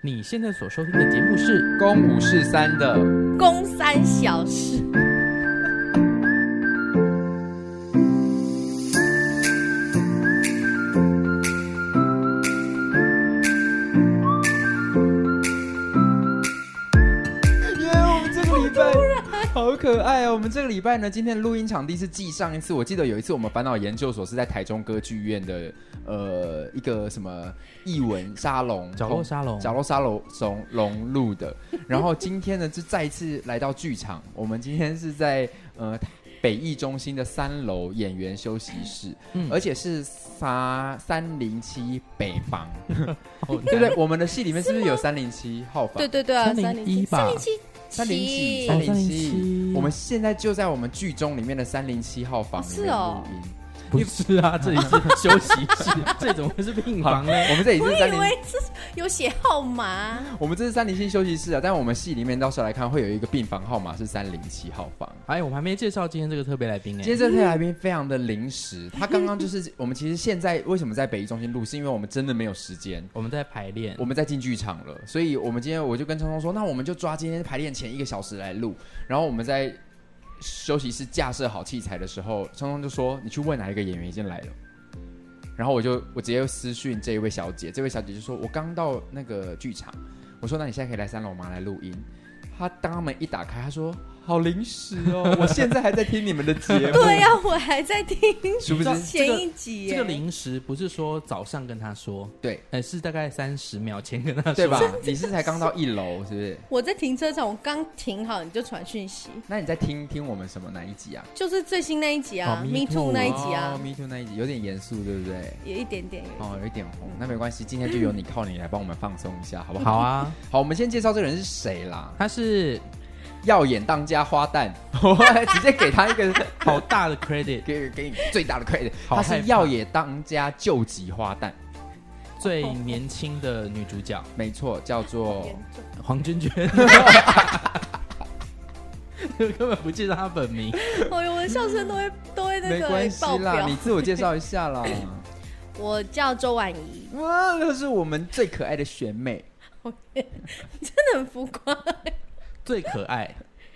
你现在所收听的节目是，公五是三的，公三小时，耶！我们这个礼拜好可爱哦。我们这个礼拜呢，今天的录音场地是继上一次，我记得有一次我们烦恼研究所是在台中歌剧院的呃一个什么艺文沙龙角落沙龙角落沙龙龙龙录的。然后今天呢，就再一次来到剧场，我们今天是在呃。北艺中心的三楼演员休息室，嗯而且是三三零七北房，哦对不对？我们的戏里面是不是有三零七号房？对对对啊，三零301吧三零七，三零七，哦三零七307，我们现在就在我们剧中里面的三零七号房里面是哦录音。不是啊，这里是休息室， 这里怎么会是病房呢？我们这里我是以三零，为是有写号码，我们这是三零七休息室啊，但我们戏里面到时候来看会有一个病房号码是三零七号房。哎，我们还没介绍今天这个特别来宾今天哎，这特别来宾非常的临时，他刚刚就是我们其实现在为什么在北艺中心录，是因为我们真的没有时嗯间，我们在排练我，们在进剧场了，所以我们今天我就跟聪聪说，那我们就抓今天排练前一个小时来录，然后我们在休息室架设好器材的时候，聪聪就说你去问哪一个演员已经来了，然后我就我直接私讯这一位小姐，这位小姐就说我刚到那个剧场，我说那你现在可以来三楼吗？来录音。她当他们一打开，她说好临时哦，我现在还在听你们的节目， 对呀，我还在听殊不知前一集耶，这个临时不是说早上跟他说，对哎，是大概三十秒前跟他 说对吧？你是才刚到一楼是不是？我在停车场，我刚停好你就传讯息，那你在听听我们什么哪一集啊？就是最新那一集啊哦，Me ，Me Too Too 那一集哦啊， ，Me Too 那一集有点严肃，对不对？有一点点，哦，有一点红，那没关系，今天就由你靠你来帮我们放松一下，好不好？好啊，好，我们先介绍这个人是谁啦？他是耀眼当家花旦， 我还直接给他一个 好大的 credit，给给你最大的 credit，好他害是怕耀眼当家救急花旦，最年轻的女主角没错，叫做严重黄娟娟。 根本不记得她本名，哎呦，我的笑声都会都会那哦嗯没个关系爆啦，表你。自我介绍一下啦。我叫周婉怡，哇，那是我们最可爱的学妹真的很浮夸。最可爱。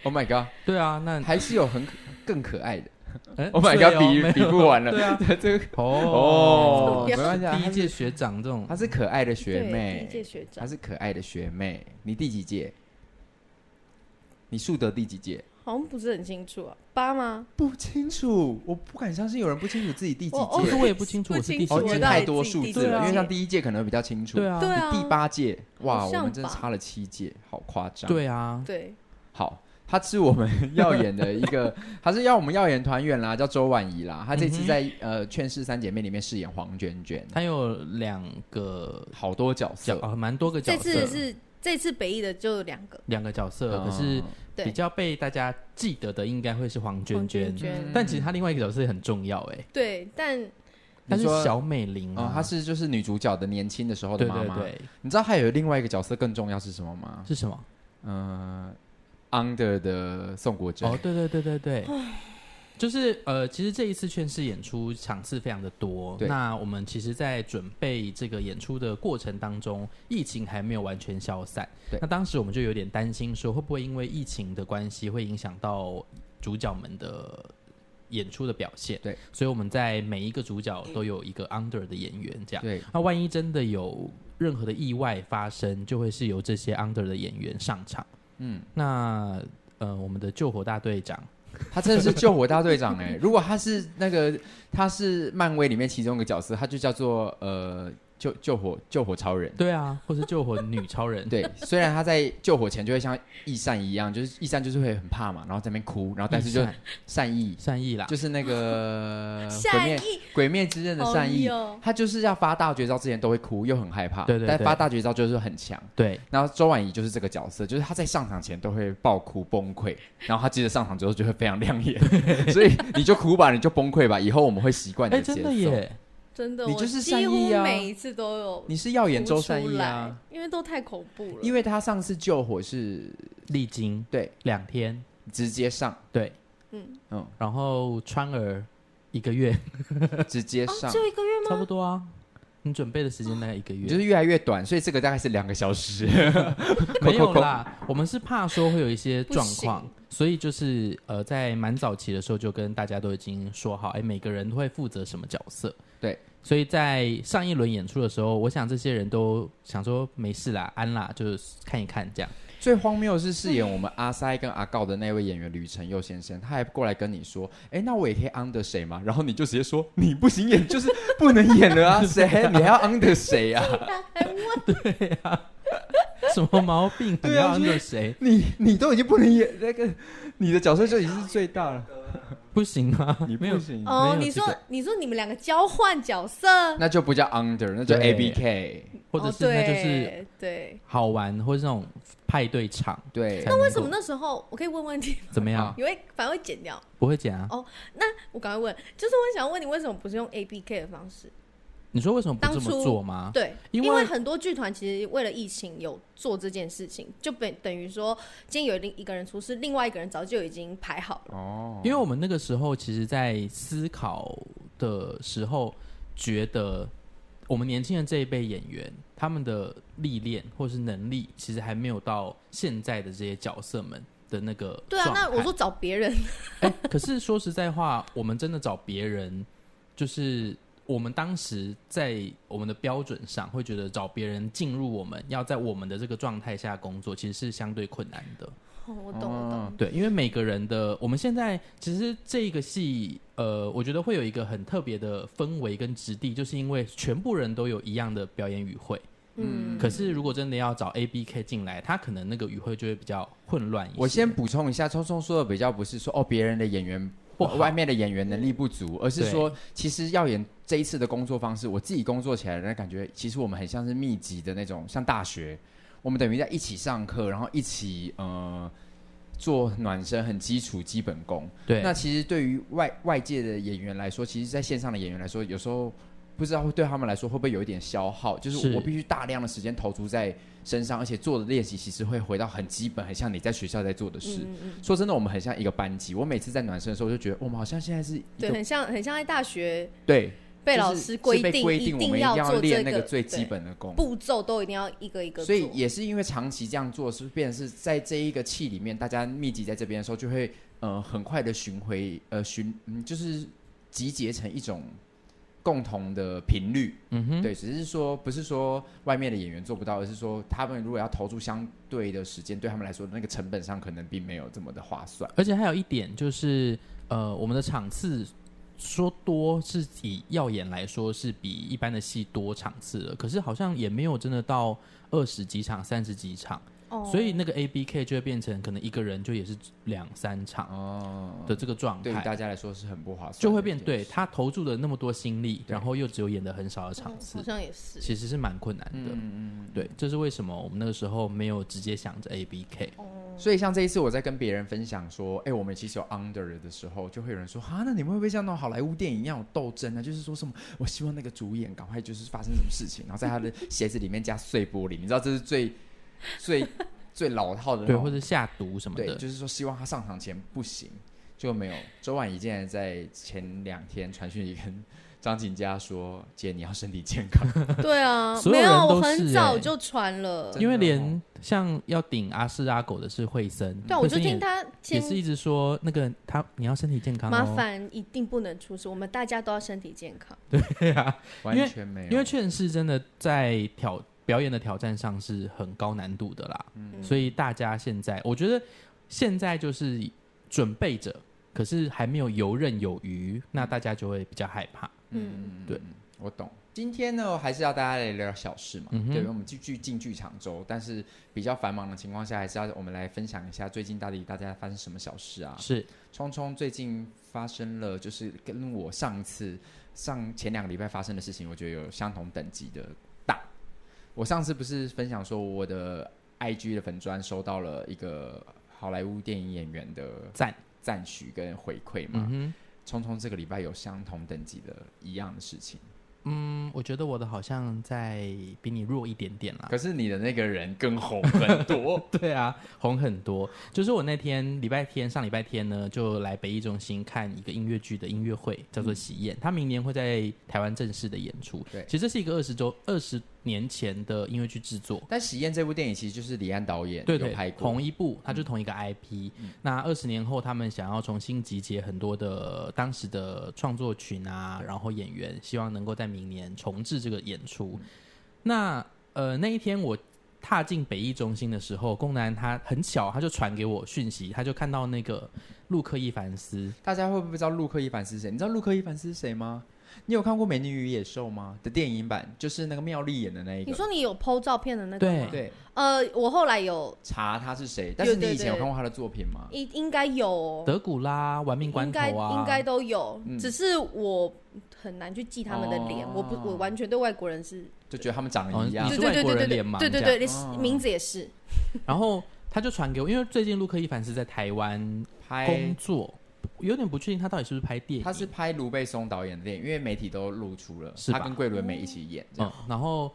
，Oh my god，对啊，那还是有很可更可爱的 哎，Oh my 对 god，哦没比有比不完了，对啊， 这个哦，哦，没关系啊，第一她届学长这种她是可爱的学对，妹，第一届学长她，是可爱的学妹。你第几届？你树德第几届？好像不是很清楚啊，八吗？不清楚，我不敢相信有人不清楚自己第几我哦其实届。我也不清楚不我是清第楚几哦，因我为届到太底多自己数第字几了，因为届像第一届可能比较清楚。对啊对啊，你第八届，哇，好我像们真的吧差了七届，好夸张。，对啊，对，好，她是我们耀眼的一个， 她是要我们耀眼团员啦，叫周婉怡啦。她这次在呃《劝世三姐妹》里面饰演黄娟娟，他有两个好多角角，色。哦蛮多个角这色，次是这次北艺的就有两个，两个角色，嗯可是对比较被大家记得的应该会是黄娟黄娟哦娟，娟，但其实她另外一个角色也很重要哎，嗯对，嗯但她你是说小美玲哦啊，，她是就是女主角的年轻的时候的对妈对妈。哦对，你知道还有另外一个角色更重要是什么吗？是什么？嗯、呃、，Under 的宋国珍。哦，对对对对对。就是呃，其实这一次劝世演出场次非常的多。对那我们其实，在准备这个演出的过程当中，疫情还没有完全消散。对那当时我们就有点担心，说会不会因为疫情的关系，会影响到主角们的演出的表现？对，所以我们在每一个主角都有一个 under 的演员这样。对，那万一真的有任何的意外发生，就会是由这些 under 的演员上场。嗯，那呃，我们的救火大队长，他真的是救火大队长哎、如果他是那个他是漫威里面其中一个角色，他就叫做呃救救火救火超人。 对啊，或是救火女超人， 对，虽然他在救火前就会像易善一样，就是易善就是会很怕嘛，然后在那边哭，然后但是就善善意，善意啦，就是 那个鬼下面一鬼面之刃的善意，哦，他就是要发大绝招之前都会哭，又很害怕，对对但对发大绝招就是很强。对，然后周婉怡就是这个角色，就是她在上场前都会爆哭崩溃，然后她接着上场之后就会非常亮 眼，所以你就哭吧，你就崩溃吧，以后我们会习惯你哎，的节真奏。的耶，真的，你我就是善几乎意啊每一次都有你是耀眼周哭善出意来啊，，因为都太恐怖了，因为她上次救火是历经对两天，直接上，对，嗯，嗯，然后川儿一个月，直接上，哦只有一个月 差吗？不多啊，你准备的时间大概一个月，就是越来越短，所以这个大概是两个小时。没有啦，我们是怕说会有一些状况，所以就是呃，在蛮早期的时候就跟大家都已经说好，哎，每个人会负责什么角色。对，所以在上一轮演出的时候，我想这些人都想说没事啦，安啦，就是看一看这样。最荒谬的是饰演我们阿塞跟阿告的那位演员吕承佑先生，他还过来跟你说：“哎、那我也可以 under 谁吗？”然后你就直接说：“你不行 演，就是不能演了啊，谁你还要 under 谁啊？ 什么毛病？对啊你要安就着谁？ 你你都已经不能演那个，你的角色就已经是最大了，不行吗？ 你没有不。行，没有哦，你这说个你说你们两个交换角色，那就不叫 under，那叫对 abk。或者哦是那就是对对。好玩，或者是那种派对场。对，那为什么那时候我可以问问题吗？怎么样啊？你会反而会剪掉。不会剪啊？我赶快问，就是我想问你，为什么不是用 A B K 的方式？你说为什么不这当初么做啊吗？对，因因为很多剧团其实为了疫情有做这件事情，就等等于说，今天有另一个人出事，另外一个人早就已经排好了。哦，因为我们那个时候其实，在思考的时候，觉得我们年轻人这一辈演员，他们的历练或是能力，其实还没有到现在的这些角色们的那个对啊，状态那我说，找别人，哎、可是说实在话，我们真的找别人，就是我们当时在我们的标准上，会觉得找别人进入我们要在我们的这个状态下工作，其实是相对困难的。哦我懂我哦懂，对，因为每个人的，我们现在其实这个戏，呃，我觉得会有一个很特别的氛围跟质地，就是因为全部人都有一样的表演语汇。嗯，可是如果真的要找 A、B、K 进来，他可能那个语汇就会比较混乱一些。我先补充一下，聪聪说的比较不是说哦别人的演员不呃好外面的演员能力不足，而是说其实要演这一次的工作方式，我自己工作起来的感觉，其实我们很像是密集的那种，像大学，我们等于在一起上课，然后一起呃做暖身，很基础基本功。对，那其实对于外外界的演员来说，其实在线上的演员来说，有时候不知道会对他们来说会不会有一点消耗，就是是我必须大量的时间投注在身上，而且做的练习其实会回到很基本，很像你在学校在做的事。嗯嗯嗯，说真的，我们很像一个班级。我每次在暖身的时候，我就觉得我们好像现在是一对，个很像很像在大对对被就是老是师被定规一定我们定一定要做练这那个最基对本的功。步骤，都一定要一个一个做，所以也是因为长期这样做，是变成是在这一个气里面，大家密集在这边的时候，就会呃很快的巡回呃巡，嗯，就是集结成一种共同的频率。嗯哼，对，只是说不是说外面的演员做不到，而是说他们如果要投入相对的时间，对他们来说那个成本上可能并没有这么的划算。而且还有一点就是，呃，我们的场次说多是以耀眼来说是比一般的戏多场次了，可是好像也没有真的到二十几场、三十几场，哦所以那个 A、B、K 就会变成可能一个人就也是两三场哦，的这个状态。对于大家来说是很不划算的一件事，就会变对他投注了那么多心力，对哦然后又只有演的很少的场嗯次好，像也是，其实是蛮困难嗯的。嗯嗯。对，这是为什么我们那个时候没有直接想着 A B K。哦，所以像这一次我在跟别人分享说，哎、我们其实有 under 的时候，就会有人说，哈，那你们会不会像那种好莱坞电影一样有斗争呢？就是说什么，我希望那个主演赶快就是发生什么事情，然后在他的鞋子里面加碎玻璃，你知道这是最 最最老套的那对，种或者下毒什么哦对，的，就是说希望他上场前不行，就没有。周婉仪竟然在前两天传讯息跟张锦佳说，姐你要身体健康，对啊，所有没人有，都我是很欸早就传了，真的因为哦连像要顶阿四阿狗的是惠森，对啊，我惠就森也听他也先是一直说那个他你要身体健康、哦，麻烦一定不能出事，我们大家都要身体健康。对啊，因为完全没有。因为劝世真的在挑表演的挑战上是很高难度的啦，嗯所以大家现在我觉得现在就是准备着，可是还没有游刃有余，那大家就会比较害怕。嗯对，我懂。今天呢，还是要大家来聊聊小事嘛，嗯哼对，因为我们继续进剧场周，但是比较繁忙的情况下，还是要我们来分享一下最近到底大家发生什么小事啊？是聪聪最近发生了，就是跟我上一次上前两个礼拜发生的事情，我觉得有相同等级的大。我上次不是分享说我的 IG 的粉砖收到了一个好莱坞电影演员的赞，赞许跟回馈嗯嘛？哼，聪聪这个礼拜有相同等级的一样的事情。嗯，我觉得我的好像在比你弱一点点啦。，可是你的那个人更红很多 对啊，红很多。就是我那天礼拜天上礼拜天呢，就来北艺中心看一个音乐剧的音乐会，叫做《喜宴》，他明年会在台湾正式的演出。对其实这是一个二十周二十年前的音乐剧制作。但《喜宴》这部电影其实就是李安导演对有对，拍过，嗯同一部，它就同一个 IP、那二十年后，他们想要重新集结很多的当时的创作群啊，然后演员，希望能够在明年重置这个演出。嗯那呃，那一天我踏进北艺中心的时候，龚南他很巧，他就传给我讯息，他就看到那个陆克伊凡斯，大家会不会知道陆克一凡是谁？你知道陆克一凡是谁吗？你有看过《美女与野兽》吗？的电影版就是那个妙丽演的那一你个。说你有 PO 照片的那个对吗？对，呃，我后来有查他是谁？但是你对对以前有对看过他的作品吗？应应该有、哦，德古拉、玩命关应该头啊，应该都有，嗯只是我很难去记他们的脸，哦我不我完全对外国人是，就觉得他们长哦得一样你对是。对外对国对人对脸对盲对对这对，连哦名字也是，然后他就传给我，因为最近陆克伊凡斯在台湾工拍作，有点不确定他到底是不是拍电影。他是拍卢贝松导演的电影，因为媒体都露出了，是吧他跟桂纶镁一起演。这样嗯，然后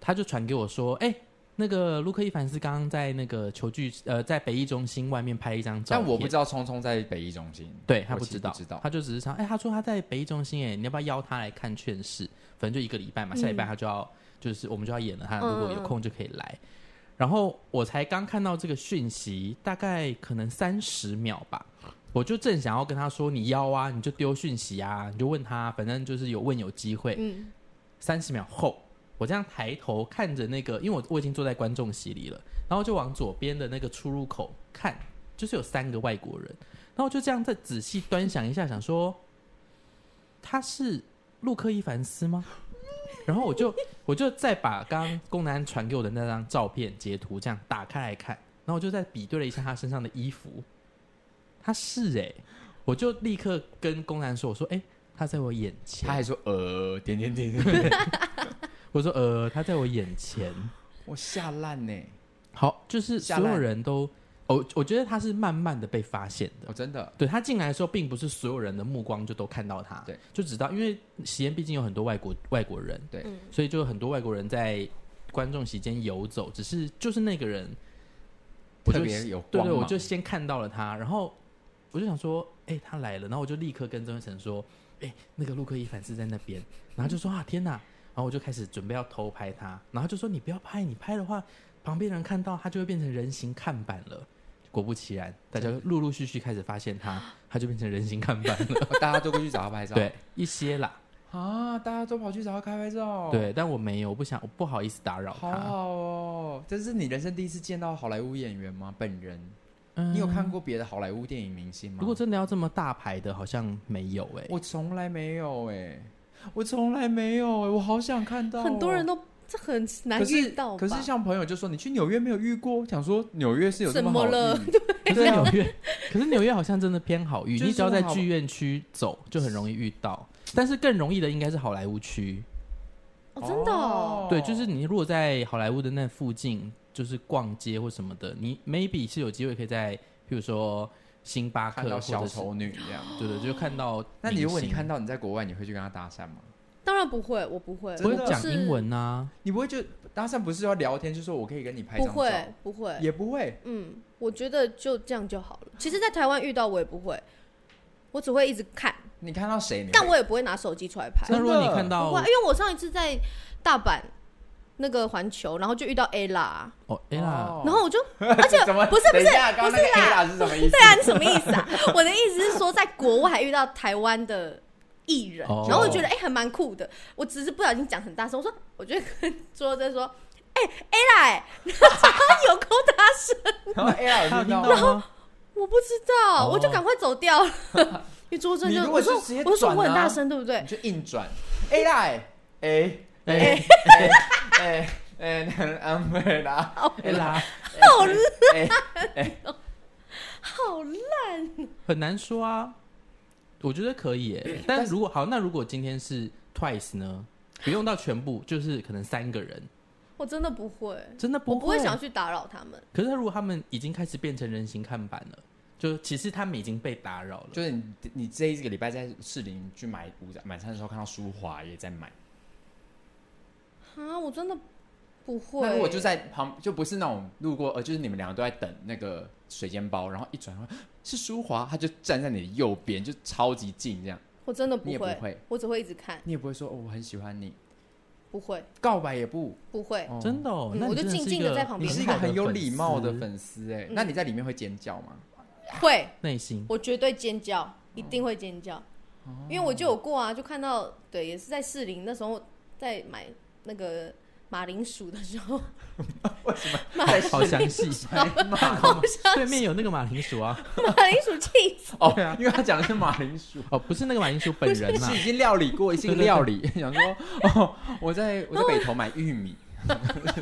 他就传给我说，哎、那个卢克伊凡斯刚刚在那个球具呃，在北艺中心外面拍一张照但片，我不知道聪聪在北艺中心，对他不我知其实道，不知道他就只是想，哎、他说他在北艺中心，哎，你要不要邀他来看劝世？反正就一个礼嗯拜嘛，下礼拜他就要、就是我们就要演了，他如果有空就可以来。然后我才刚看到这个讯息，大概可能三十秒吧，我就正想要跟他说你邀啊，你就丢讯息啊，你就问他，反正就是有问有机会。嗯，三十秒后，我这样抬头看着那个，因为我我已经坐在观众席里了，然后就往左边的那个出入口看，就是有三个外国人，然后就这样再仔细端详一下，想说他是路克伊凡斯吗？然后我就我就再把刚刚宫南传给我的那张照片截图这样打开来看，然后我就再比对了一下他身上的衣服，他是哎、我就立刻跟宫南说，我说哎、他在我眼前，他还说呃点点点，我说呃，他在我眼前，我吓烂呢，好，就是所下有烂人都，我我觉得他是慢慢的被发现的我。哦真的对他进来的时候，并不是所有人的目光就都看到他，对，就知道，因为实验毕竟有很多外国外国人，对嗯所以就有很多外国人在观众席间游走，只是就是那个人，我就特别有对光对，芒我就先看到了他，然后我就想说，哎、他来了，然后我就立刻跟曾文成说，哎、那个陆克伊凡斯在那边，然后就说啊，天哪，然后我就开始准备要偷拍他，然后他就说你不要拍，你拍的话，旁边人看到他就会变成人形看板了。果不其然，大家陆陆续续开始发现他，啊他就变成人形看板 了。哦大家都过去找他拍照。对，一些啦，啊，大家都跑去找他开拍照。，对，但我没有，我不想，我不好意思打扰好他。好哦，这是你人生第一次见到好莱坞演员吗？本人，嗯你有看过别的好莱坞电影明星吗？如果真的要这么大牌的，好像没有哎、我从来没有哎、我从来没有哎、我好想看到哦、很多人都这很难可是遇到可吧？是像朋友就说你去纽约没有遇过，想说纽约是有这怎么好了运 可对是啊纽约，可是纽约好像真的偏好遇，就是你只要在这么好剧院区走就很容易遇到。但是更容易的应该是好莱坞区，哦，真的、哦，对，就是你如果在好莱坞的那附近，就是逛街或什么的，你 maybe 是有机会可以在，譬如说星巴克看到或小者是丑女这样。对对，就看到。 那你如果你看，到你在国外，你会去跟他搭讪吗？当然不会，我不会，真我的有我不讲是英，文啊，你不会就搭讪不是要聊天，就说我可以跟你拍不张照，会，不会，也不会。嗯，我觉得就这样就好了。其实，在台湾遇到我也不会，我只会一直看，你看到谁？你但会我也不会拿手机出来拍。那如果你真的看到不会，因为我上一次在大阪那个环球，然后就遇到 Ella，啊哦，哎啦，哦 然后我就，而且怎么不是不等是一下刚刚不那是个 A 啦，大是什么意思？对啊，你什么意思啊？ 我的意思是说，在国外遇到台湾的艺人，哦然后我觉得哎、还蛮酷的，我只是不小心讲很大声，我说我就跟桌子说。哎、 欸、，Ella，、欸、有够大声，然后 A 他大有听听到到吗，吗？我不知道，哦我就赶快走掉了。 因为桌子你就如我果是说，直接我就说转我很啊大声，对不对你？就硬转 A 大哎哎 哎哎哎啊很安慰啦，哎啦，好烂，哎好烂，很难说啊。我觉得可以耶，但如果好，那如果今天是 Twice 呢？不用到全部，就是可能三个人，我真的不会，真的我不不会想去打扰他们。可是如果他们已经开始变成人形看板了，就其实他们已经被打扰了。就是你你这一个礼拜在士林去买午餐晚餐的时候，看到舒华也在买，啊，我真的不会。那如果就在旁，就不是那种路过，呃，就是你们两个都在等那个水煎包，然后一转过来是舒华，他就站在你的右边，就超级近这样，我真的你不也不会，会，我只会一直看，你也不会说哦，我很喜欢你，不会，告白也不，不会，哦真的哦，嗯那你我就真的静是一静地个在旁你边是一个好很有粉礼貌的丝粉丝哎，嗯那你在里面会尖叫吗？会，内心我绝对尖叫，一定会尖叫，哦因为我就有过啊，就看到，对，也是在士林那时候在买那个马铃薯的 时候，马好好详细。 好 像 对面有那个马铃薯啊，马铃薯气死，哦对啊，因为他讲的是马铃薯。哦，不是那个马铃薯本人啊呐是，已经料理过，是一个料理。想说，哦，我在我在北投买玉米，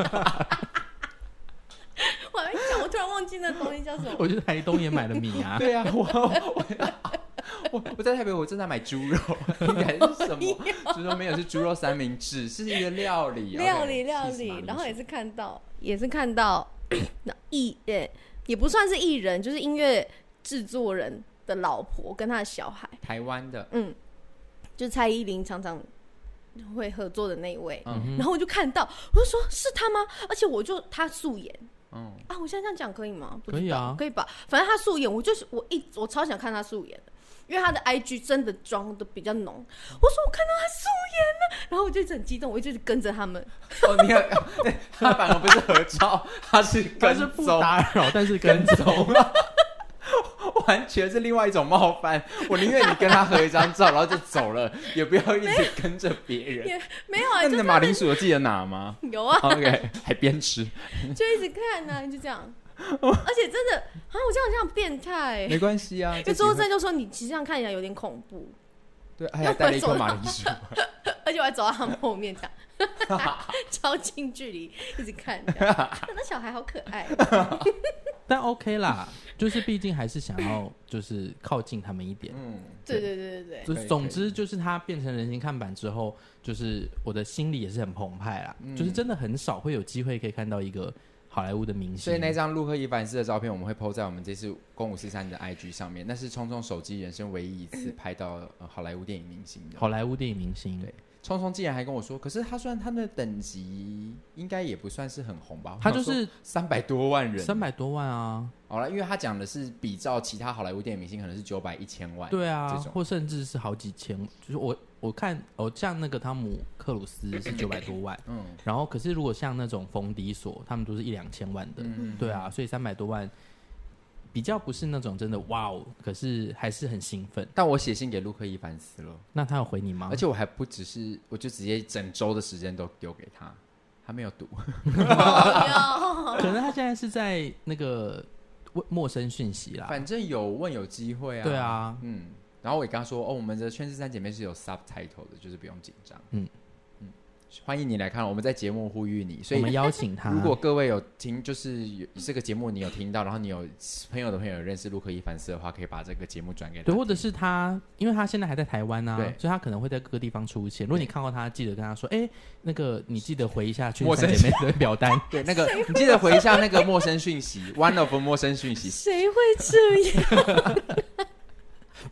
我还没讲，我突然忘记那东西叫什 么。我去台东也买了米 啊，对啊，我我我我在台北，我正在买猪肉， 应该是什么？猪肉没有，是猪肉三明治，是一个料理，料 OK，理料气死马铃理薯，然后也是看到，也是看到那艺呃也不算是艺人，就是音乐制作人的老婆跟他的小孩，台湾的，嗯，就蔡依林常常会合作的那一位。嗯然后我就看到，我就说是他吗？而且我就他素颜嗯，啊，我现在这样讲可以吗？不知可以道 啊可以吧？反正他素颜，我就是我一我超想看他素颜的，因为他的 IG 真的妆的比较浓。我说我看到他素颜了，然后我就一直很激动，我就一直跟着他们，哦，你看，他反而不是合照，他是但跟是不踪，打扰，但是跟跟踪。 完全是另外一种冒犯，我宁愿你跟他合一张照，然后就走了，也不要一直跟着别人。也没有啊，那就你的马铃薯有记得拿吗有啊， ？OK，还边吃，就一直看呢、就这样。而且真的，啊，我这样这样变态、欸。没关系啊。就这周几正就说你其实这样看起来有点恐怖，份对，还有带了一颗马铃薯，而且我还走到他们后面这样，超近距离一直看这样。那小孩好可爱，但 OK 啦，就是毕竟还是想要就是靠近他们一点。 嗯，对对对对对，就可是以总之就是他变成人形看板之后，就是我的心里也是很澎湃啦，嗯就是真的很少会有机会可以看到一个好莱坞的明星。所以那张陆克伊凡斯的照片，我们会 PO 在我们这次公五四三的 IG 上面。那是聪聪手机人生唯一一次拍到、呃好莱坞电影明星的。好莱坞电影明星，对聪聪竟然还跟我说，可是他虽然他的等级应该也不算是很红吧，他就是三百多万人，三百多万啊，好了，因为他讲的是比照其他好莱坞电影明星可能是九百一千万，对啊这，种或甚至是好几千。就是我我看哦，像那个汤姆克鲁斯是九百多万，嗯然后可是如果像那种冯迪索，他们都是一两千万的，嗯，对啊，所以三百多万比较不是那种真的哇哦，可是还是很兴奋。但我写信给陆克伊凡斯了。那他有回你吗？而且我还不只是，我就直接整周的时间都丢给他，他没有读。哦可能他现在是在那个陌陌生讯息啦。反正有问有机会啊。啊对，啊，嗯。然后我也跟他说，哦，我们的《圈子三姐妹》是有 subtitle 的，就是不用紧张。嗯嗯嗯，欢迎你来看，我们在节目呼吁你。所我以，们邀请他。如果各位有听，就是有这个节目你有听到，然后你有朋友的朋友有认识陆克伊凡斯的话，可以把这个节目转给他对，听。或者是他，因为他现在还在台湾啊对，所以他可能会在各个地方出现。如果你看到他，记得跟他说：“哎、那个你记得回一下去陌生三姐妹的表单。对那个，你记得回一下那个陌生讯 息，one of 陌生讯息。谁会这样？”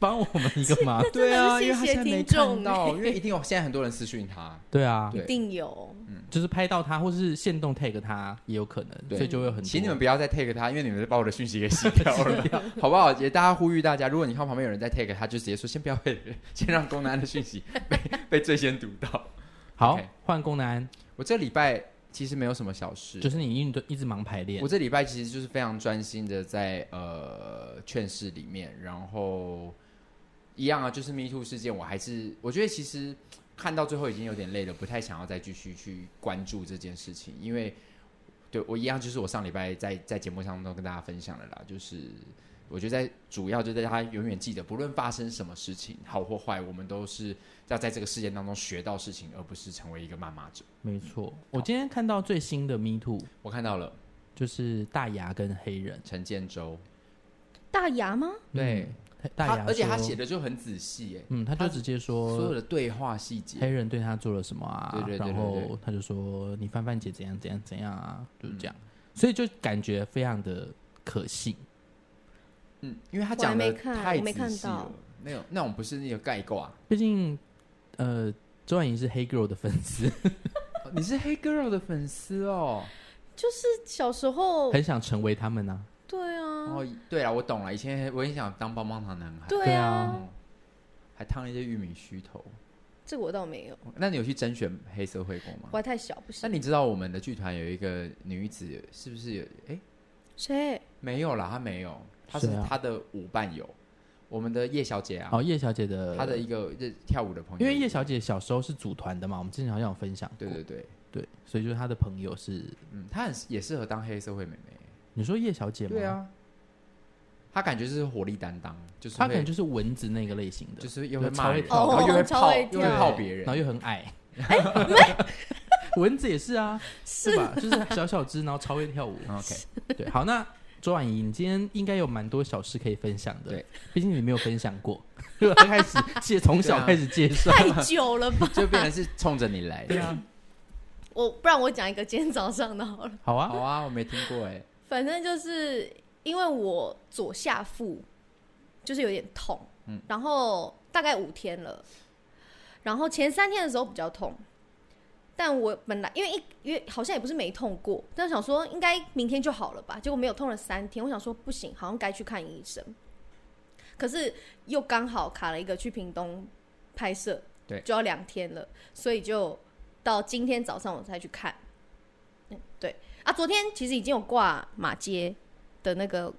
帮我们一个 忙。对啊，因真为他现在的是谢谢没听看众到，欸因为一定有现在很多人私讯 他。对啊，对一定有，就是拍到他，或是现动 tag 他也有可对能，所以就会有很多。请你们不要再 take 他，因为你们把我的讯息给洗掉了，好不好？也大家呼吁大家，如果你看旁边有人在 take 他，就直接说先不要被，先让公男的讯息被 被最先读到。好 OK 换宫南，我这礼拜其实没有什么小事，就是你一直一直忙排练我。这礼拜其实就是非常专心的在呃劝世里面，然后一样啊，就是 Me Too 事件，我还是我觉得其实看到最后已经有点累了，不太想要再继续去关注这件事情，因为对我一样，就是我上礼拜在在节目上都跟大家分享了啦，就是我觉得在主要就在大家永远记得，不论发生什么事情，好或坏，我们都是要在这个事件当中学到事情，而不是成为一个谩骂者。没错，我今天看到最新的 Me Too，我看到了就是大牙跟黑人。陈建州，大牙吗？对。嗯大他牙，而且他说写的就很仔细，哎，嗯，他就直接所有说的对话细节黑，人对他做了什么啊，对对对对然对后他就说你范范姐怎样怎样怎样啊，就是这样，所以就感觉非常的可信。嗯，因为他讲的我还没看太我没仔看细了到，那种那种不是那个概括，啊 毕竟，呃，周婉莹是黑 girl 的粉丝，哦 你是黑 girl 的粉丝哦。就是小时候，很想成为他们呢、对啊，哦，对了，我懂了，以前我也想当棒棒糖男孩，对对啊啊，嗯，还烫了一些玉米须头。哦这个我倒没有，那你有去甄选黑社会过吗我？还太小，不那行。你知道我们的剧团有一个女子，是不是有？哎、谁？没有啦，她没有，她是谁啊她的舞伴友，我们的叶小姐啊，哦，叶小姐的，她的一个这跳舞的朋友，因为叶小姐小时候是组团的嘛，我们之前好像有分享过，对对对，对所以就是她的朋友是，嗯，她很也适合当黑社会妹妹，你说叶小姐吗？对，啊，她感觉是活力担当，就是她会可能就是蚊子那个类型的，就是又会超骂会人，跳然后又会哦超泡会又会跳泡别人，哎然后又很矮， 蚊子也是啊，是对吧？就是小小只，然后超会跳舞。嗯 OK，对，好，那周婉怡，你今天应该有蛮多小事可以分享的，对，毕竟你没有分享过， 因为他开始介从小开始介绍，太久了吧？就变成是冲着你来的。对啊，我不然我讲一个今天早上的好了，好啊好，啊，我没听过哎、反正就是因为我左下腹就是有点痛，嗯然后大概五天了，然后前三天的时候比较痛，但我本来因为一因为好像也不是没痛过，但想说应该明天就好了吧，结果没有痛了三天，我想说不行，好像该去看医生，可是又刚好卡了一个去屏东拍摄，对就要两天了，所以就到今天早上我才去看，嗯，对。啊，昨天其实已经有挂马街的那个，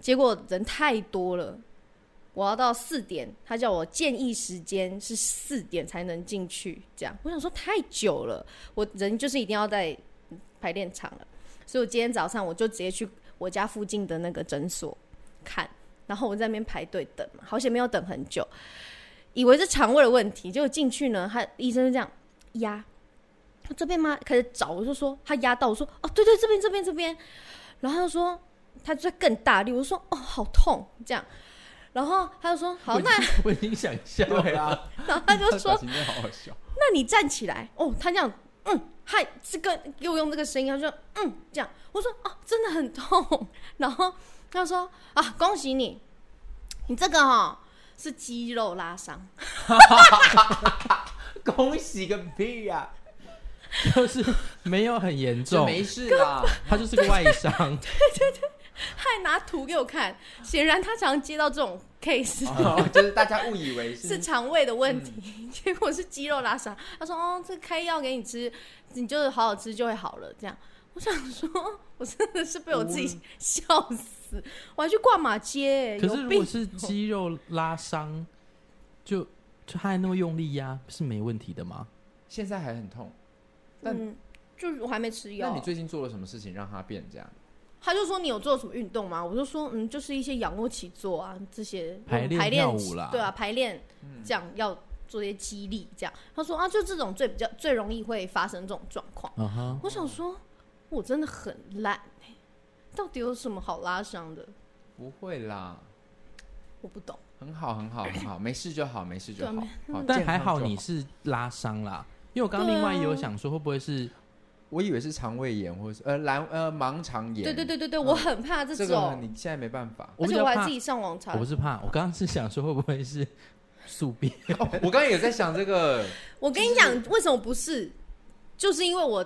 结果人太多了，我要到四点，他叫我建议时间是四点才能进去，这样我想说太久了，我人就是一定要在排练场了，所以我今天早上我就直接去我家附近的那个诊所看，然后我在那边排队等嘛，好险没有等很久，以为是肠胃的问题，结果进去呢，他医生就这样压。这边吗？开始找，我就说他压到，我说哦，对对，这边这边这边，然后他就说他就更大力，我就说哦，好痛，这样，然后他就说好，我已那经我已经想笑了，对啊，然后他就说小晴真的好好笑。那你站起来哦。他这样，嗯，嗨，这个给我用这个声音，他就嗯这样。我说哦，真的很痛。然后他说啊，恭喜你，你这个哈、是肌肉拉伤。 恭喜个屁呀、就是没有很严啊这重，没事 啦。他就是个外伤，他还拿图给我看，显然他常接到这种 case。哦，就是大家误以为是嗯是肠胃的问题， 结果是肌肉拉伤。他说：“哦，这开药给你吃，你就是好好吃就会好了。”这样，我想说，我真的是被我自己笑死，我还去挂马街、可是有如果病。是肌肉拉伤，就就他还那么用力呀、是没问题的吗？现在还很痛。但嗯，就是我还没吃那药你。最近做了什么事情让它变这样？他就说你有做什么运动吗？我就说嗯，就是一些仰卧起坐啊这些排练排练跳舞啦嗯对啊，排练嗯这样要做一些激励这样。他说啊，就这种最比较最容易会发生这种状况。啊哈，我想说，我真的很烂、欸、到底有什么好拉伤的？不会啦，我不懂。很好，很好，很 好，没事就好，没事就对好。好但健康还好就你是拉伤啦，因为我刚刚对啊另外也有想说，会不会是我以为是肠胃炎或者是呃阑呃盲肠炎。对对，对对对，我很怕这这个种，你现在没办法。我而比且较我还怕自，己上网查我不。是怕，我刚刚是想说会不会是宿便， 哦我刚刚也在想这个，我跟你讲，为什么不是？就是因为我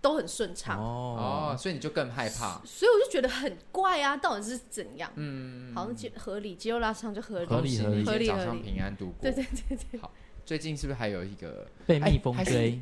都很顺畅，哦，哦，所以你就更害怕。所以我就觉得很怪啊，到底是怎样？嗯，好像肌合理，肌肉拉伤就合理。合理恭喜合你理今天合理早合上理平安度过。对对对对，最近是不是还有一个？被蜜蜂哎还是追。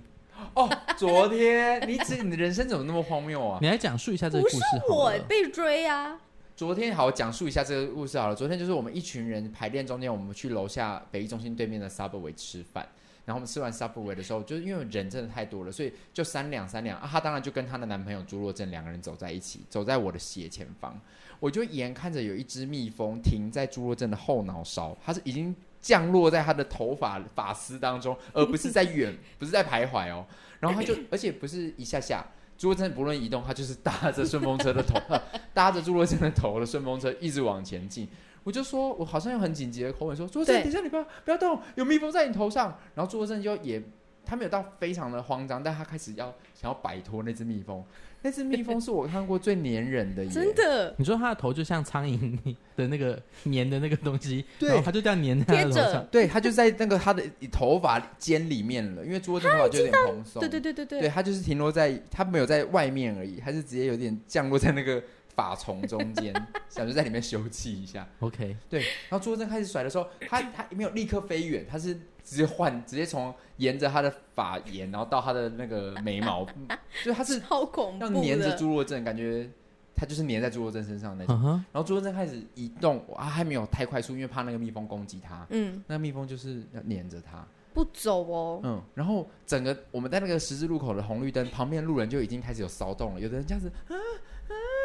哦，昨天你这你的人生怎么那么荒谬啊？ 你来讲述一下这个不故是事好我了。被追啊， 昨天好，我讲述一下这个故事好了。昨天就是我们一群人排练中间，我们去楼下北艺中心对面的 Subway 吃饭。然后我们吃完 Subway 的时候，就是因为人真的太多了，所以就三两三两啊。她当然就跟她的男朋友朱若正两个人走在一起，走在我的斜前方。我就眼看着有一只蜜蜂停在朱若正的后脑勺，它是已经降落在她的头发发丝当中，而不是在远， 不是在徘徊哦。然后他就，而且不是一下下，朱若正不论移动，他就是搭着顺风车的头， 呃搭着朱若正的头的顺风车一直往前进。我就说，我好像用很紧急的口吻说：“朱若正，对等一下，你不要不要动，有蜜蜂在你头上。”然后朱若正就也，他没有到非常的慌张，但他开始要想要摆脱那只蜜蜂，那只蜜蜂是我看过最粘人的耶，真的你说他的头就像苍蝇的那个粘的那个东西，对然后他就这样粘在他的头贴上着。对，它就在那个它的头发尖里面了，因为猪的头发就有点蓬松，对对对对对对，它就是停留在它没有在外面而已，它是直接有点降落在那个发丛中间，想就在里面休憩一 下。 OK，对，然后猪正开始甩的时候，它它没有立刻飞远，它是直接换，直接从沿着它的发沿，然后到它的那个眉毛，就是它 是超恐要怖粘着的，侏罗症，感觉它就是粘在侏罗症身上那种。嗯哼，然后侏罗症开始移动，啊，还没有太快速，因为怕那个蜜蜂攻击它。嗯，那蜜蜂就是要黏着它，不走哦，嗯，然后整个我们在那个十字路口的红绿灯旁边，路人就已经开始有骚动了，有的人这样子，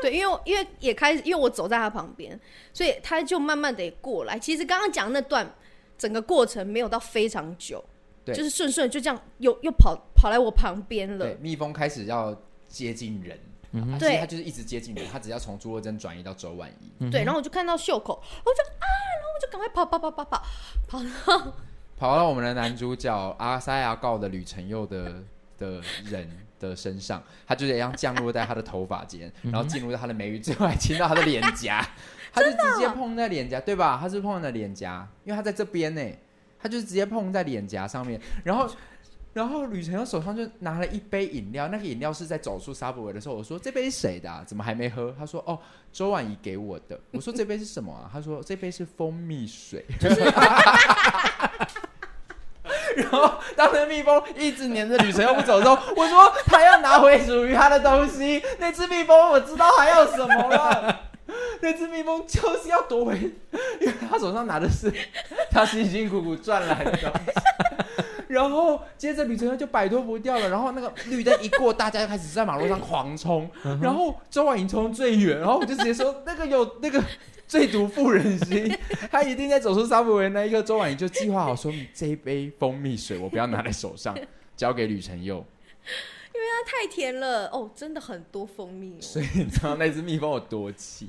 对，因为我因为也开始，因为我走在他旁边，所以他就慢慢的过来。其实刚刚讲那段整个过程没有到非常久，对就是顺顺就这样又又跑跑来我旁边了对，，蜜蜂开始要接近人，嗯哼啊其实对它就是一直接近人，它只要从侏罗症转移到周婉仪，嗯哼对，然后我就看到袖口，我就啊，然后我就赶快跑跑跑跑跑，跑到我们的男主角阿塞阿告的吕承佑的 的人的身上，他就这样降落在他的头发间，然后进入到他的眉宇，最后还亲到他的脸颊，他就直接碰在脸颊，对吧？他是碰在脸颊，因为他在这边呢，他就是直接碰在脸颊上面，然后。然后吕承佑手上就拿了一杯饮料，那个饮料是在走出沙博维的时候，我说这杯是谁的、啊？怎么还没喝？他说哦，周婉仪给我的。我说这杯是什么啊？他说这杯是蜂蜜水。然后当那个蜜蜂一直黏着女神又不走的时候，我说他要拿回属于他的东西。那只蜜蜂我知道还要什么了，那只蜜蜂就是要夺回，因为他手上拿的是他辛辛苦苦赚来的东西。然后接着吕承佑就摆脱不掉了，然后那个绿灯一过，大家就开始在马路上狂冲，然后周婉莹冲最远，然后我就直接说那个有那个最毒妇人心，他一定在走出沙漠维那一刻，周婉莹就计划好说这一杯蜂蜜水我不要拿在手上， 交给吕承佑。那太甜了哦，真的很多蜂蜜哦，所以你知道那只蜜蜂有多气，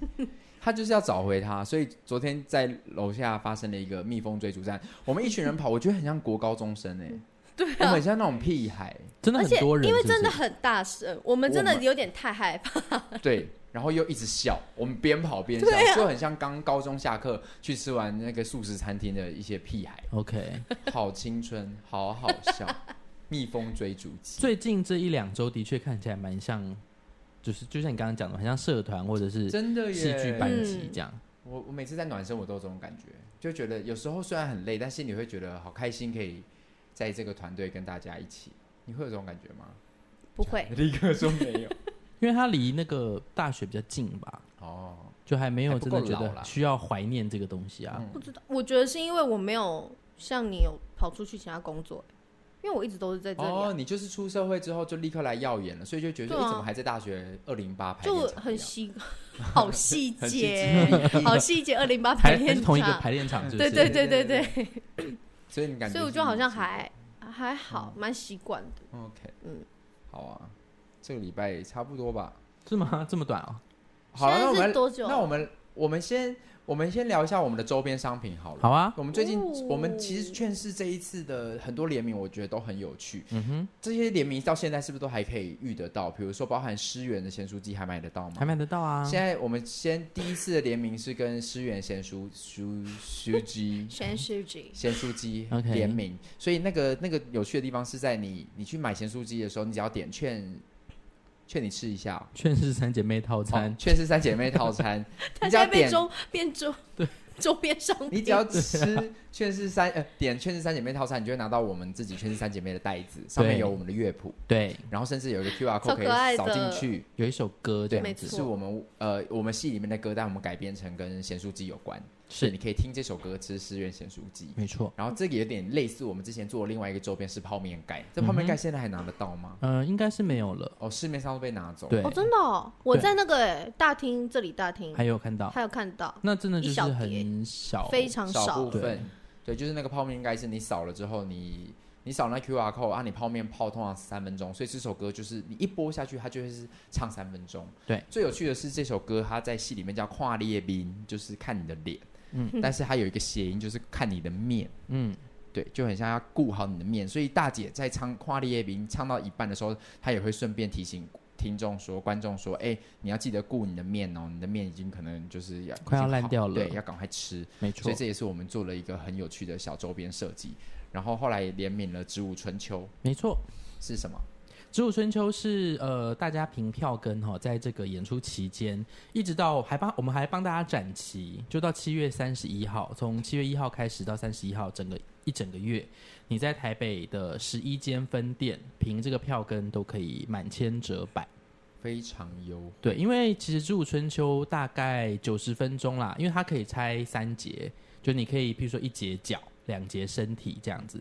他就是要找回它。所以昨天在楼下发生了一个蜜蜂追逐战，我们一群人跑，我觉得很像国高中生哎、 对我们啊很。像那种屁孩，真的而很且多人，因为是不是真的很大声，我们真我的们有点太害怕。对，然后又一直笑，我们边跑边笑，对啊就很像刚高中下课去吃完那个素食餐厅的一些屁孩， OK。 好青春，好好笑。 蜜蜂追逐记，最近这一两周的确看起来蛮像，就是就像你刚刚讲的，很像社团或者是真的耶！戏剧班级嗯这样。我我每次在暖身，我都有这种感觉，就觉得有时候虽然很累，但心里会觉得好开心，可以在这个团队跟大家一起。你会有这种感觉吗？不会，立刻说没 有。因为它离那个大学比较近吧，哦，就还没有还不真够的觉老啦嗯得需要怀念这个东西啊。不知道，我觉得是因为我没有像你有跑出去其他工作，欸因为我一直都是在这里啊、哦，你就是出社会之后就立刻来耀眼了，所以就觉得对啊你怎么还在大学二零八排就练场一很样细， 好细 很细节， 好细节。二零八排还还练是场，同一个排练场，是不对是？对对对对，所以你感觉是一致的，所以我就好像还还好，蛮习惯的。 OK，嗯好啊，这个礼拜也差不多吧。是吗？这么短哦。好啊了，那我现在是们多久？那我们我们先我们先聊一下我们的周边商品好了。好啊，我们最近，哦我们其实劝世这一次的很多联名，我觉得都很有趣。嗯哼，这些联名到现在是不是都还可以遇得到？比如说，包含诗源的咸酥鸡还买得到吗？还买得到啊。现在我们先第一次的联名是跟诗源咸酥酥酥鸡先是几？，咸酥鸡 OK 联名，所以那个那个有趣的地方是在你你去买咸酥鸡的时候，你只要点劝劝你吃一下哦、劝世三姐妹套哦餐，劝是三姐妹套餐 他你现只要在被点周变周 对周边商 品，你只要吃劝是三呃点劝是三姐妹套餐，你就会拿到我们自己劝是三姐妹的袋子，上面有我们的乐谱，对，然后甚至有一个 QR 超 code 可爱可以的扫进去，有一首歌这对，没样错子，是我们呃我们戏里面的歌，但我们改编成跟咸酥鸡有关，所以是你可以听这首歌吃十元咸酥鸡。没错。然后这个有点类似我们之前做的另外一个周边是泡面盖，这泡嗯面盖现在还拿得到吗？嗯，应该是没有了。哦，市面上都被拿走。对哦，，真的哦，我对在那个欸大厅这里大厅还有看到，还有看到，那真的就一是小碟很小，非常少少部。分，对，就是那个泡面盖是你扫了之后你。你扫那 QR code 啊，你泡面泡通常是三分钟，所以这首歌就是你一播下去，它就会是唱三分钟。对，最有趣的是这首歌，它在戏里面叫跨列宾，就是看你的脸，嗯，但是它有一个谐音，就是看你的面，嗯，对，就很像要顾好你的面，所以大姐在唱《跨立夜兵》唱到一半的时候，她也会顺便提醒听众说、观众说，哎、你要记得顾你的面哦，你的面已经可能就是要快要已经烂好掉了对，要赶快吃。没所错以，这也是我们做了一个很有趣的小周边设计。然后后来也联名了《植物春秋没错。》是什么？ 《植物春秋是》呃，大家凭票根哈、在这个演出期间，一直到还帮我们还帮大家展期，就到七月三十一号，从七月一号开始到三十一号，整个一整个月，你在台北的十一间分店，凭这个票根都可以满千折百。非常优，对，因为其实《植物春秋》大概九十分钟啦，因为它可以拆三节，就你可以譬如说一节脚，两节身体这样子，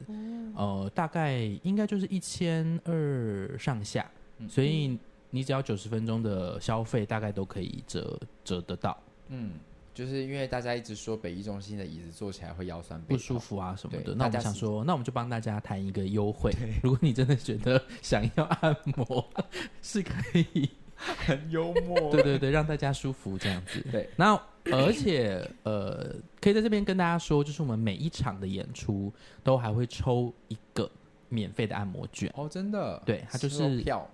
呃，大概应该就是一千二上下，嗯所以你只要九十分钟的消费，大概都可以折折得到，嗯，就是因为大家一直说北艺中心的椅子坐起来会腰酸背不痛舒服啊什么的。对那我们大家想是说，那我们就帮大家谈一个优惠，如果你真的觉得想要按摩， 是可以很幽默对对对，让大家舒服这样子。对，那而且呃，可以在这边跟大家说，就是我们每一场的演出都还会抽一个免费的按摩券。哦，真的，对它就是收票，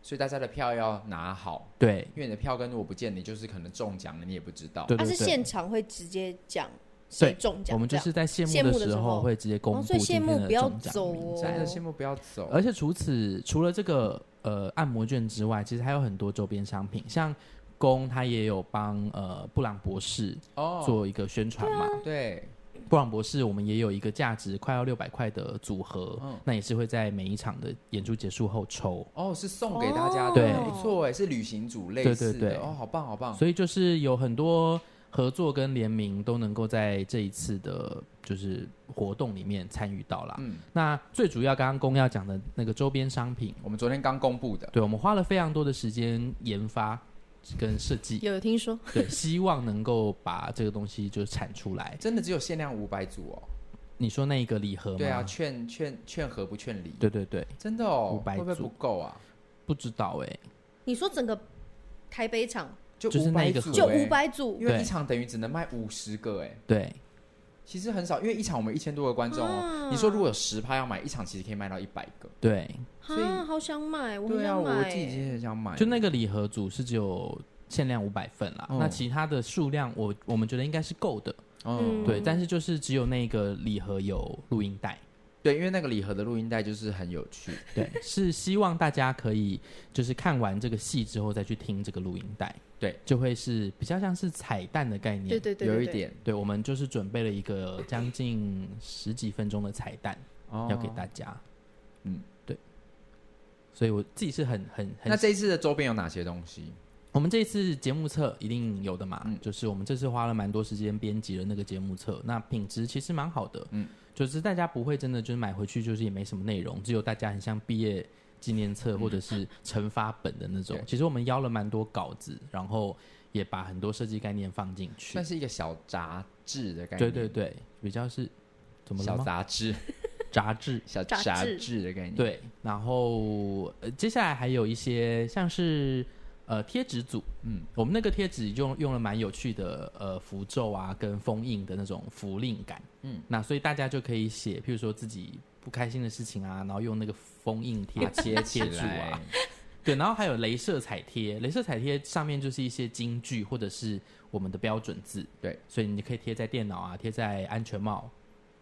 所以大家的票要拿好，对因为你的票根如果不见，你就是可能中奖了，你也不知道。对他对是对，现场会直接讲谁中奖，我们就这样是在谢谢幕的幕的时时候候会直接公哦布所以今谢天幕的不要中奖走名哦单真的羡慕不要走，而且除此除了这个呃按摩券之外，其实还有很多周边商品，像公他也有帮呃布朗博士哦，做一个宣传啊嘛。对，布朗博士，我们也有一个价值快要六百块的组合，嗯那也是会在每一场的演出结束后抽。哦，是送给大家的，对不错哎，是旅行组类对对似的，对哦，好棒好棒，所以就是有很多合作跟联名都能够在这一次的，就是活动里面参与到啦。嗯，那最主要刚刚公要讲的那个周边商品，我们昨天刚公布的，对我们花了非常多的时间研发跟设计，有听说对，希望能够把这个东西就产出来。真的只有限量五百组哦，你说那一个礼盒吗？对啊，劝劝劝和不劝离，对对对真的哦， 500会不会组不够啊？不知道哎、你说整个台北场就就是那500一个组盒就哎五，百组因为对一场等于只能卖五十个哎。对，其实很少，因为一场我们一千多个观众哦。啊你说如果有十趴要买一场，其实可以卖到一百个。对，所以啊，好想买，我很对啊，想我买自己欸。也很想买。就那个礼盒组是只有限量五百份啦，哦那其他的数量我我们觉得应该是够的，嗯，嗯对，但是就是只有那个礼盒有录音带，对，因为那个礼盒的录音带就是很有趣。对，是希望大家可以就是看完这个戏之后再去听这个录音带，对，就会是比较像是彩蛋的概念，对对对，有对一对点对我们就是准备了一个将近十几分钟的彩蛋、哦要给大家，嗯，对，所以我自己是很很很那这一次的周边有哪些东西？我们这一次节目册一定有的嘛，嗯就是我们这次花了蛮多时间编辑了那个节目册，那品质其实蛮好的，嗯嗯，就是大家不会真的就是买回去就是也没什么内容，只有大家很像毕业纪念册或者是成发本的那种。嗯对其实我们邀了蛮多稿子，然后也把很多设计概念放进去算，是一个小杂志的概对对念。对，比较是怎么了小吗？杂志，杂志，小杂杂志志的概念。，对，然后、呃、接下来还有一些像是呃贴纸组，嗯，嗯我们那个贴纸用用了蛮有趣的呃符咒啊跟封印的那种符令感，嗯嗯，那所以大家就可以写，譬如说自己不开心的事情啊，然后用那个封印贴把贴贴起 贴住啊来，。对，然后还有镭射彩贴，镭射彩贴上面就是一些金句或者是我们的标准字，对，所以你可以贴在电脑啊，贴在安全帽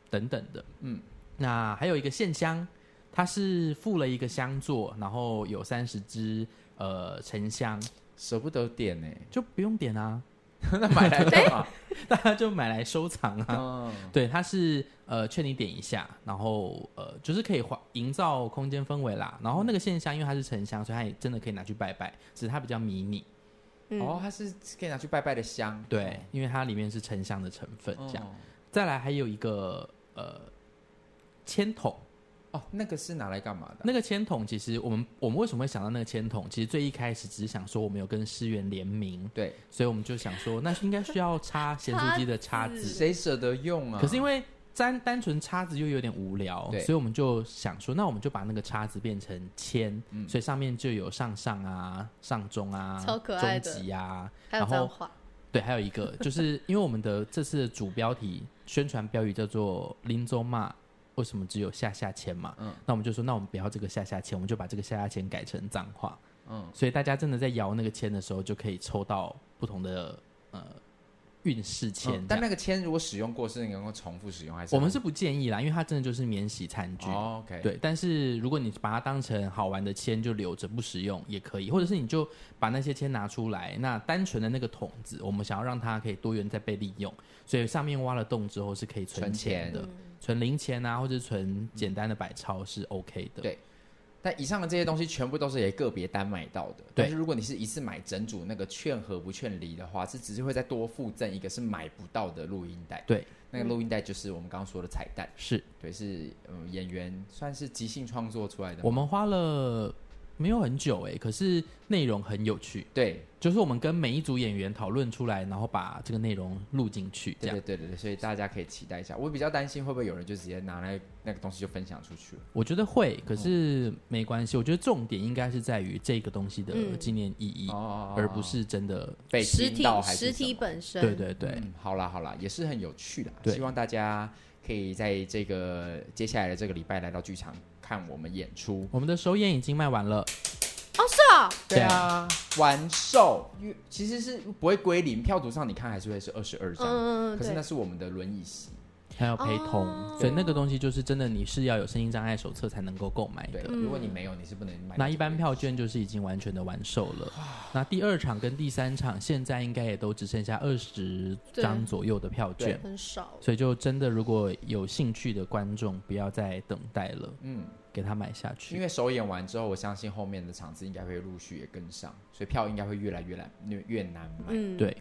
等等的，嗯嗯，那还有一个线香，它是附了一个香座，然后有三十支呃沉香，舍不得点呢，就不用点啊， 那买来干嘛？大家就买来收藏啊，嗯，对，它是呃劝你点一下，然后呃就是可以环营造空间氛围啦。然后那个线香，因为它是沉香，所以它也真的可以拿去拜拜，只是它比较迷你。哦，嗯，它是可以拿去拜拜的香。对，因为它里面是沉香的成分哦，这样。再来还有一个呃铅筒，哦，那个是拿来干嘛的？啊那个铅筒其实我们我们为什么会想到那个铅筒？其实最一开始只是想说我们有跟诗源联名，对，所以我们就想说那应该需要插咸酥鸡的叉叉子子，谁舍得用啊？可是因为为单单纯叉子又有点无聊，对所以我们就想说，那我们就把那个叉子变成铅，嗯所以上面就有上上啊、上中啊、超可爱的中级啊，还有然后脏话，对，还有一 个就是因为我们的这次的主标题宣传标语叫做“林州骂”。为什么只有下下签嘛？嗯那我们就说，那我们不要这个下下签，我们就把这个下下签改成脏话。嗯，所以大家真的在摇那个签的时候，就可以抽到不同的呃运势签这样。嗯但那个铅如果使用过，是能够重复使用还是？我们是不建议啦，因为它真的就是免洗餐具。哦 OK，，对，但是如果你把它当成好玩的签，就留着不使用也可以，或者是你就把那些签拿出来，那单纯的那个桶子，我们想要让它可以多元再被利用，所以上面挖了洞之后是可以存存钱钱的，存零钱啊，或者是存简单的百钞是 OK 的。对但以上的这些东西全部都是也个别单买到的。但是如果你是一次买整组那个券和不券离的话，是只是会再多附赠一个是买不到的录音带。对，那个录音带就是我们刚刚说的彩蛋，是对，是呃演员算是即兴创作出来的吗。我们花了没有很久哎、可是内容很有趣，对就是我们跟每一组演员讨论出来，然后把这个内容录进去，这对样对对对对，所以大家可以期待一下。我比较担心会不会有人就直接拿来那个东西就分享出去了。我觉得会，可是没关系。我觉得重点应该是在于这个东西的嗯纪念意义，哦而不是真的。被实听体到还是实体什么本身，对对对，嗯，好啦好啦，也是很有趣的，对希望大家可以在这个接下来的这个礼拜来到剧场看我们演出。我们的首演已经卖完了，哦，是啊，对啊，完售，因为其实是不会归零，票图上你看还是会是二十二张，嗯嗯嗯，可是那对，是我们的轮椅席，还有陪同，哦所以那个东西就是真的，你是要有声音障碍手册才能够购买对，的。嗯如果你没有，你是不能买。那哎一般票，券就是已经完全的完售了。那第二场跟第三场现在应该也都只剩下二十对张左右的票券，很少，所以就真的如果有兴趣的观众，不要再等待了，嗯，给他买下去因。为首演完之后，我相信后面的场次应该会陆续也跟上，所以票应该会越来越难越越难买。嗯，对，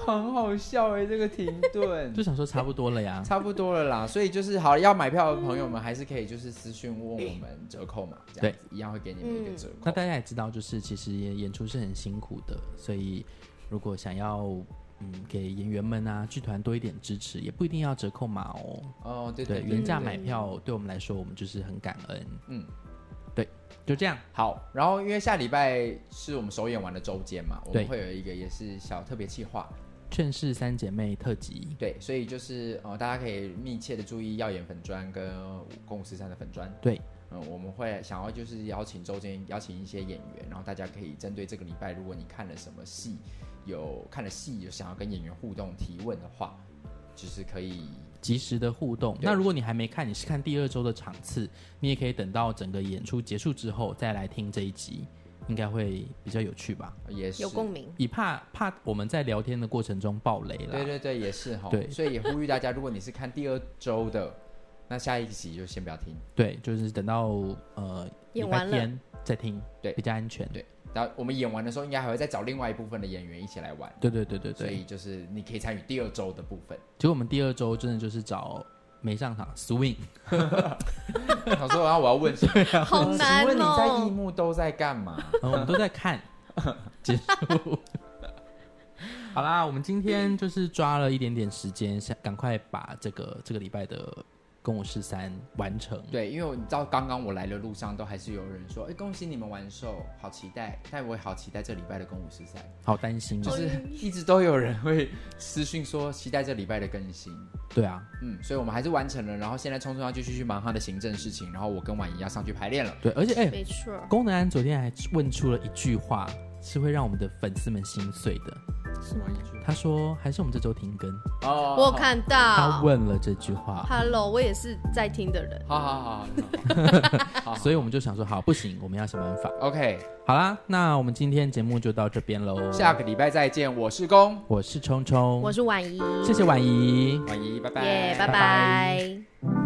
很好笑哎、这个停顿就想说差不多了呀。 差不多了啦，所以就是好要买票的朋友们，还是可以就是私讯问我们折扣嘛，这样子一样会给你们一个折那扣。大家也知道，就是其实演演出是很辛苦的，所以如果想要嗯给演员们啊剧团多一点支持，也不一定要折扣码哦。哦，对对，对，原价嗯买票对我们来说，我们就是很感恩。嗯，就这样，好。然后因为下礼拜是我们首演完的周间嘛，我对们会有一个也是小特别企划， 《劝世三姐妹》特辑，对，所以就是呃，大家可以密切的注意耀眼粉砖跟公五十三的粉砖。对，嗯，我们会想要就是邀请周间邀请一些演员，然后大家可以针对这个礼拜，如果你看了什么戏，有看了戏有想要跟演员互动提问的话，就是可以及时的互动。对那如果你还没看，你是看第二周的场次，你也可以等到整个演出结束之后再来听这一集，应该会比较有趣吧。也是有共鸣，也怕怕我们在聊天的过程中爆雷啦。对对对，也是哈。对所以也呼吁大家，如果你是看第二周的，那下一集就先不要听。对，就是等到呃礼演拜完了天再听，对比较安全。对然后我们演完的时候，应该还会再找另外一部分的演员一起来玩，对对对对所对。以就是你可以参与第二周的部分。 结果我们第二周真的就是找没上场 swing，想说，然后我要 问什么？好难请问你在艺哦，幕都在干嘛？然呃后我们都在 看，结束。好啦，我们今天就是抓了一点点时间，想赶快把这个这个礼拜的《跟我十三》完成。对，因为你知道，刚刚我来的路上都还是有人说，哎，恭喜你们完售，好期待，但我也好期待这礼拜的公舞十三，好担心就哦。是一直都有人会私讯说期待这礼拜的更新。对啊，嗯，所以我们还是完成了，然后现在聪聪要继续去忙他的行政事情，然后我跟婉仪要上去排练了。对，而且哎，没错，功能安昨天还问出了一句话，是会让我们的粉丝们心碎的。什么一句？他说：“还是我们这周停更。”哦我有。看他到问了这句话， ，Hello，我也是在听的人，好好好好好所以我们就想说，好，不行，我们要想办法。 ，OK，好啦，那我们今天节目就到这边喽。下个礼拜再见，我是公我是聪聪，我是婉仪，谢谢婉仪。婉仪，拜拜，耶，拜拜拜拜。